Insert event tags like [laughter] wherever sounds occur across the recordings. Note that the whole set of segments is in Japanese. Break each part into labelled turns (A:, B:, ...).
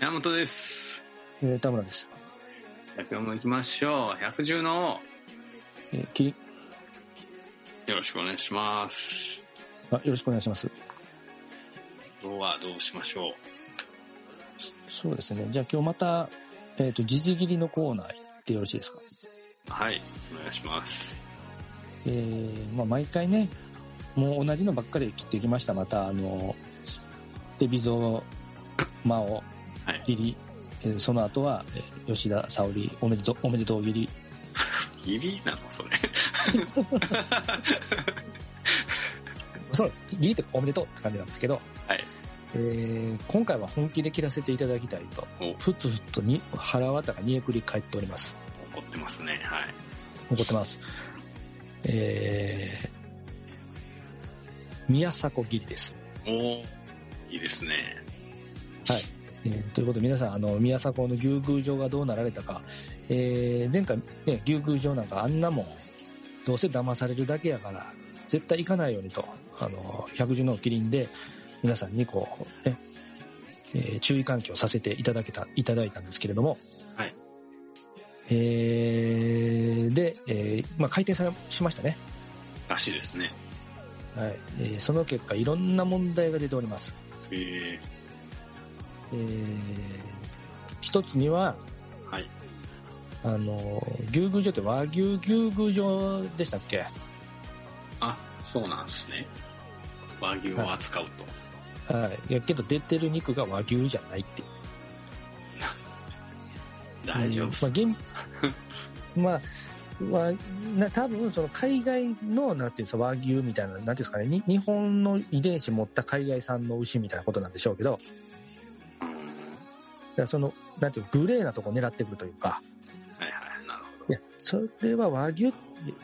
A: 山本です。
B: えー、田村でした。
A: 104も行きましょう。110の
B: えー、キリン
A: よろしくお願いします。
B: あ、よろしくお願いします。
A: 今日はどうしましょう。
B: そうですね。じゃあ今日また、えっ、と、時事切りのコーナー行ってよろしいですか
A: はい、お願いします。
B: えー、まあ毎回ね、もう同じのばっかり切ってきました。また、あの、エビゾー、マオ
A: はい、
B: ギリ、えーその後は、えー吉田沙織、おめでとう、おめでとうギリ。
A: ギリなのそれ。 [laughs]
B: そう、ギリっておめでとうって感じなんですけど、
A: はい。
B: えー今回は本気で切らせていただきたいと
A: お、
B: ふつふつとに腹渡が煮えくり返っております。
A: 怒ってますね。はい。
B: 残ってます。えー、宮迫切りです。
A: おーいいですね。
B: えーということで皆さん、あの、宮迫の牛宮城がどうなられたか、えー前回、ね、牛宮城なんかあんなもん、どうせ騙されるだけやから、絶対行かないようにと、あの、百獣の麒麟で、皆さんにこう、ね、えー注意喚起をさせていただけた、いただいたんですけれども、
A: はい。
B: えーで、えーまあ、改定されしましたね。
A: らしいですね。
B: はいえーその結果いろんな問題が出ております、
A: え
B: えー一つには、
A: はい
B: あの牛宮城って和牛牛宮城でしたっけ
A: ー、あ、そうなんですね。和牛を扱うと。
B: はいいやけど出てる肉が和牛じゃないっていう
A: 大丈夫っす。
B: うんまあ現 [laughs] まあ、わな多分その海外のなんていうんですか和牛みたいななんていうんですかねに日本の遺伝子持った海外産の牛みたいなことなんでしょうけどだか
A: うん
B: らそのなんていうグレーなとこ狙ってくるというか
A: はいはい、なるほど。
B: いや、それは和牛っ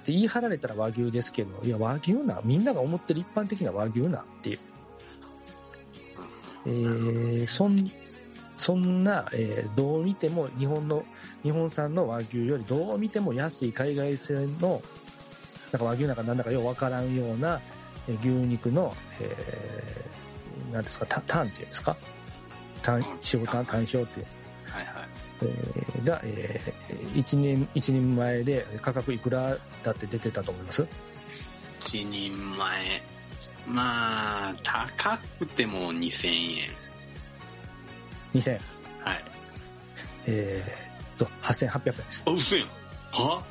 B: て言い張られたら和牛ですけど、いや、和牛な、みんなが思ってる一般的な和牛なっていう。えー、そん、そんな、えーどう見ても日本の、日本産の和牛よりどう見ても安い海外製の、なんか和牛なんかなんだかようわからんようなえー牛肉の、えー、なんですか、タタンっていうんですかタン、塩タン、タン塩っていう。
A: はいはい。
B: えーが、えー、1年一人前で価格いくらだって出てたと思います
A: 一人前。まあ、高くても2000円。
B: 2000、
A: はい。
B: えー、と8800円です、
A: あ、嘘やん。は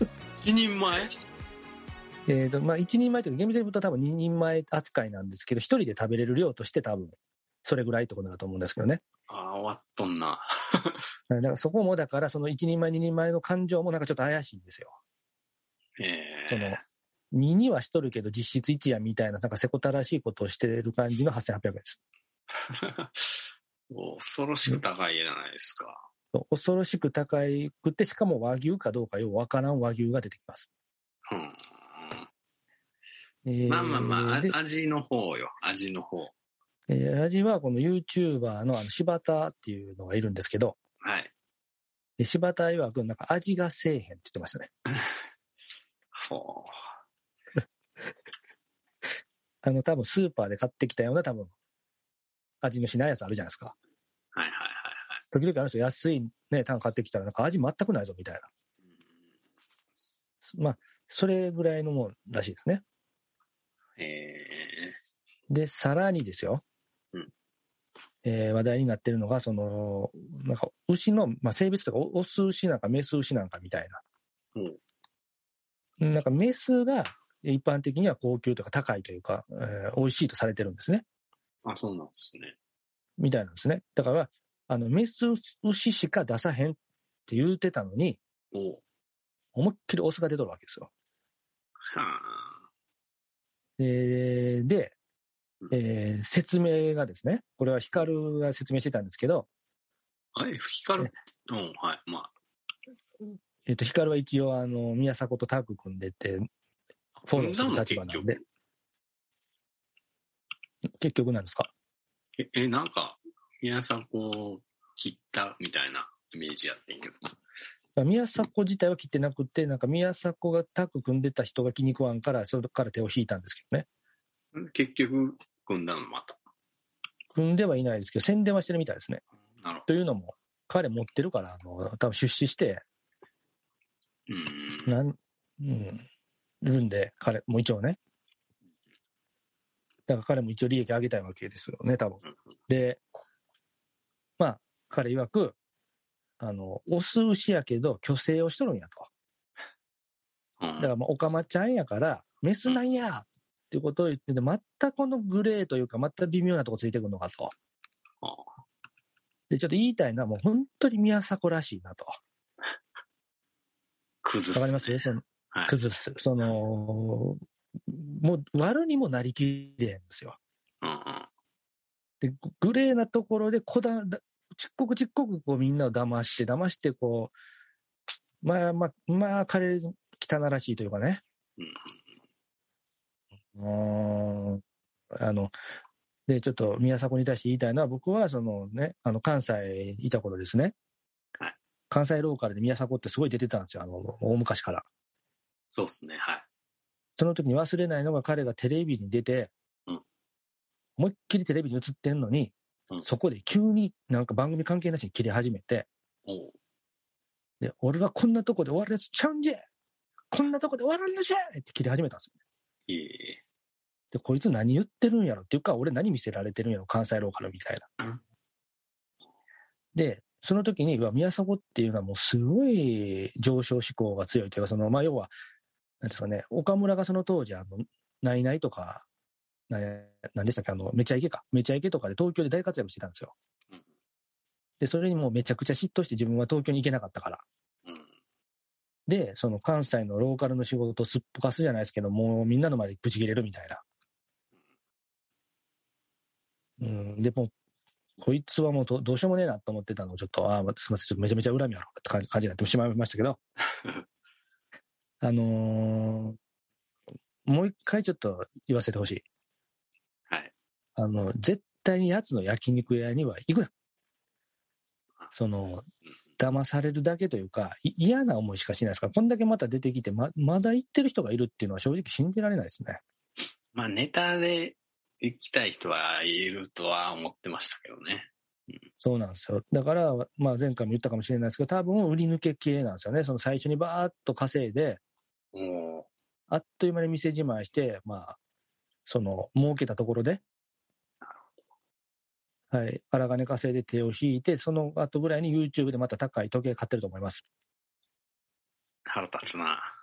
A: [laughs] 一人前
B: えーとまあ、1人前というか厳密に言うと多分2人前扱いなんですけど1人で食べれる量として多分それぐらいってことだと思うんですけどね
A: あ、終わっとんな。
B: だからそこもだからその1人前2人前の感情もなんかちょっと怪しいんですよ
A: えー、
B: その2にはしとるけど実質1やみたいななんかせこたらしいことをしてる感じの8800円です
A: 恐ろしく高いじゃないですか。
B: そう恐ろしく高くてしかも和牛かどうかようわからん和牛が出てきます
A: うん。
B: えー
A: まあまあまあ
B: で、
A: あ味の方よ。味の方。
B: えー味はこの YouTuber のあの柴田っていうのがいるんですけど、
A: はい。
B: で柴田曰くなんか味がせえへんって言ってましたね。
A: ほ
B: あの多分スーパーで買ってきたような多分味のしないやつあるじゃないですか。
A: う。はいはいはい
B: 時々あの人安いね、単買ってきたらなんか味全くないぞみたいな。
A: はい。
B: まあ、それぐらいのもんらしいですね。
A: え
B: で、さらにですよ。
A: うん
B: えー話題になってるのが、その、なんか、牛の、まあ、性別とか、オオス牛なんか、メス牛なんかみたいな。なんか、メスが一般的には高級とか高いというか、えー美味しいとされてるんですね。
A: ー、あ、そうなんですね。
B: みたいなんですね。だから、あの、メス牛しか出さへんって言うてたのに、
A: お
B: 思いっきりオスが出とるわけですよ。
A: は
B: えーで
A: うん、
B: えー説明がですね、これはヒカルが説明してたんですけど、
A: あ。え、光る。うん、はい。まあ。
B: えっ、と、ヒカルは一応、あの、宮迫とタッグ組んでて、フォローする立場なんで
A: 結局。
B: 結局なんですか
A: え、えなんか、皆さんこう、切ったみたいなイメージやってんけど。
B: 宮迫自体は切ってなくて、なんか宮迫がタッグ組んでた人が気に食わんから、それから手を引いたんですけどね。
A: 結局、組んだのまた。
B: 組んではいないですけど、宣伝はしてるみたいですね。
A: なるほ
B: というのも、彼持ってるから、あの、多分出資して、
A: ど。うん。
B: なん、うん、いるんで、彼も一応ね。だから彼も一応利益上げたいわけですよね、多分。で、まあ、彼曰く、あの、オス牛やけど、虚勢をしとるんやと。
A: うん
B: だからまあ、オカマちゃんやから、メスなんやっていうことを言ってて、またこのグレーというか、また微妙なとこついてくるのかと
A: ああ。
B: で、ちょっと言いたいのは、もう本当に宮迫らしいなと。
A: 崩す。
B: わかりますその
A: はい、
B: 崩す。その、もう悪にもなりきれんですよ。
A: うんうん。
B: で、グレーなところでこだ、だちっこくちっこくこうみんなを騙して、騙してこう、まあまあ、まあ彼、汚らしいというかね。
A: うん
B: うーんあの、で、ちょっと宮迫に対して言いたいのは、僕はそのね、あの、関西いた頃ですね
A: はい。
B: 関西ローカルで宮迫ってすごい出てたんですよ、あの、大昔から。
A: そうっすね、はい。
B: その時に忘れないのが彼がテレビに出て、
A: うん
B: 思いっきりテレビに映ってんのに、
A: うん
B: そこで急になんか番組関係なしに切り始めて、
A: おう
B: で、俺はこんなとこで終わるやつちゃうんじゃこんなとこで終わるんじゃって切り始めたんですよ。
A: いえいえ。
B: で、こいつ何言ってるんやろっていうか、俺何見せられてるんやろ関西ローカルみたいな。
A: うん
B: で、その時に、うわ、宮迫っていうのはもうすごい上昇志向が強いというか、その、まあ、要は、なんですかね、岡村がその当時、あの、ないないとか、ななんでしたっけ、あの、めちゃイケか。めちゃイケとかで東京で大活躍してたんですよ
A: うん。
B: で、それにもうめちゃくちゃ嫉妬して自分は東京に行けなかったから。
A: うん。
B: で、その関西のローカルの仕事をすっぽかすじゃないですけど、もうみんなの前でぶち切れるみたいな。うん、でもう、こいつはもうどどうしようもねえなと思ってたのを、ちょっと、ああ、すみません、ちょっとめちゃめちゃ恨みやろって感じ感じになってしまいましたけど、 [laughs] あのーもう一回ちょっと言わせてほしい。
A: はい。
B: あの、絶対に奴の焼肉屋には行くな。その、騙されるだけというか、い嫌な思いしかしないですから、こんだけまた出てきて、ま、まだ行ってる人がいるっていうのは正直信じられないですね。
A: まあ、ネタで行きたい人はいるとは思ってましたけどね。
B: そうなんですよ。だから、まあ前回も言ったかもしれないですけど、多分売り抜け系なんですよね。その最初にバーッと稼いで、
A: おう
B: あっという間に店じまいして、まあ、その、儲けたところで、はい、荒金稼いで手を引いて、その後ぐらいに YouTube でまた高い時計買ってると思います。
A: 腹立つな。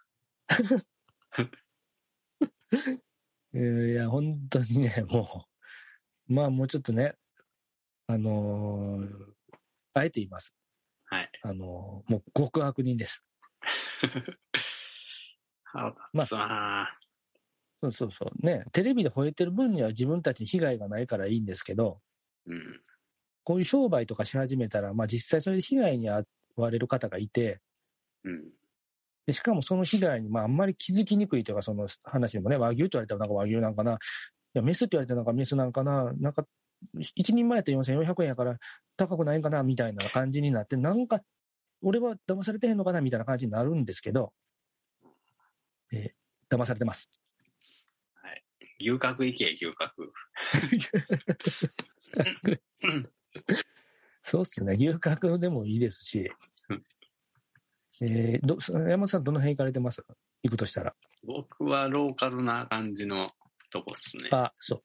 B: えーいや、本当にね、 [laughs] もう、まあもうちょっとね、あのーあえて言います。
A: はい。 [laughs]
B: あのーもう極悪人です。
A: 腹立つな。
B: そうそうそう。ね、テレビで吠えてる分には自分たちに被害がないからいいんですけど、
A: うん。
B: こういう商売とかし始めたら、まあ実際それで被害に遭われる方がいて、
A: うん。
B: で、しかもその被害に、まああんまり気づきにくいというか、その話でもね、和牛って言われたらなんか和牛なんかな、いや、メスって言われたらなんかメスなんかな、なんか、一人前やって4400円やから高くないんかな、みたいな感じになって、なんか、俺は騙されてへんのかな、みたいな感じになるんですけど、えー騙されてます。
A: 牛角行け、牛角。
B: そうっすね、牛角でもいいですし
A: うん、
B: えーど山本さん、どの辺行かれてます行くとしたら。
A: 僕はローカルな感じのとこっすね。あ
B: あ、そう。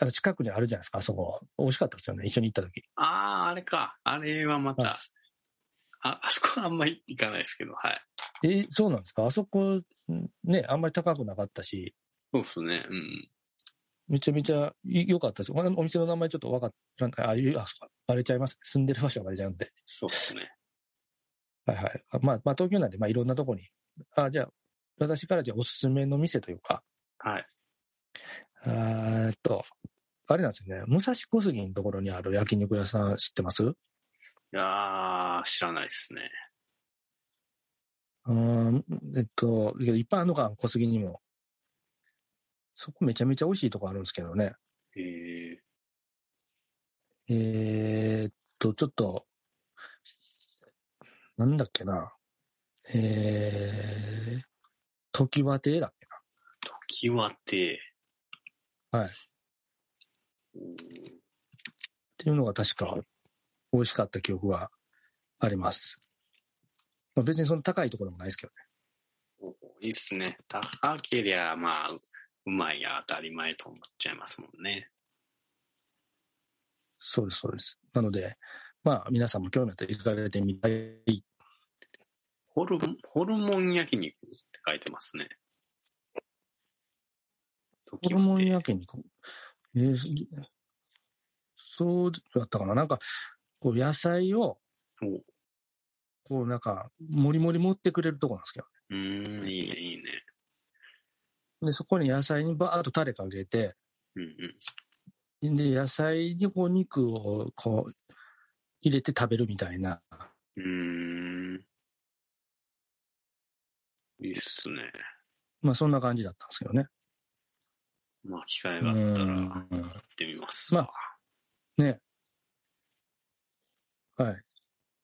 B: あの近くにあるじゃないですか、あそこ。美味しかったですよね、一緒に行った時。
A: あー、あれか。あれはま
B: はい
A: た。あ、あそこはあんまり行かないですけど、はい。
B: えーそうなんですかあそこ、んね、あんまり高くなかったし、
A: そうっすね。うん。
B: めちゃめちゃい良かったです。おお店の名前ちょっとわかっちゃんあ、いあ、そうかバレちゃいます。住んでる場所がバレちゃうんで。 [laughs]
A: そうっすね。
B: はいはい。あまあ、まあ、東京なんで、まあ、いろんなとこに。あ、じゃあ、私からじゃあおすすめの店というか、
A: はい。
B: えーっと、あれなんですよね。武蔵小杉のところにある焼肉屋さん知ってますう
A: いやー、知らないっすね。
B: ーん、えっと、いやいっぱいあるのか、小杉にも。そこめちゃめちゃ美味しいとこあるんですけどね。
A: へえ。
B: えーっと、ちょっと、なんだっけな。えー、時和亭だっけ
A: 時はて。
B: はい
A: おー。
B: っていうのが確か美味しかった記憶があります。まあ、別にその高いところでもないですけどね。
A: おいいっすね。高けりゃ、まあ、ううまいや当たり前と思っちゃいますもんね。
B: そうです、そうです。なので、まあ皆さんも興味あったら行かれてみたい。
A: ホルモン、ホルモン焼肉って書いてますね。
B: ホルモン焼肉。えーすそうだったかななんか、こう野菜を、
A: おう
B: こうなんか、もりもり持ってくれるとこなんですけど。
A: ーん、いいね、いいね。
B: で、そこに野菜にバーッとタレかけて、
A: うんうん。
B: で、野菜にこう肉をこう、入れて食べるみたいな。
A: うーん。いいっすね。
B: まあそんな感じだったんですけどね。
A: まあ、機会があったら、
B: う
A: や
B: ん
A: ってみます。
B: まはい。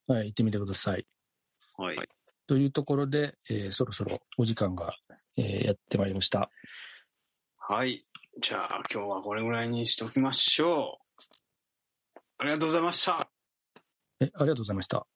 B: はい、行ってみてください。
A: はい。
B: というところで、えーそろそろお時間が、えーやってまいりました。
A: はい。じゃあ、今日はこれぐらいにしておきましょう。ありがとうございました。
B: え、ありがとうございました。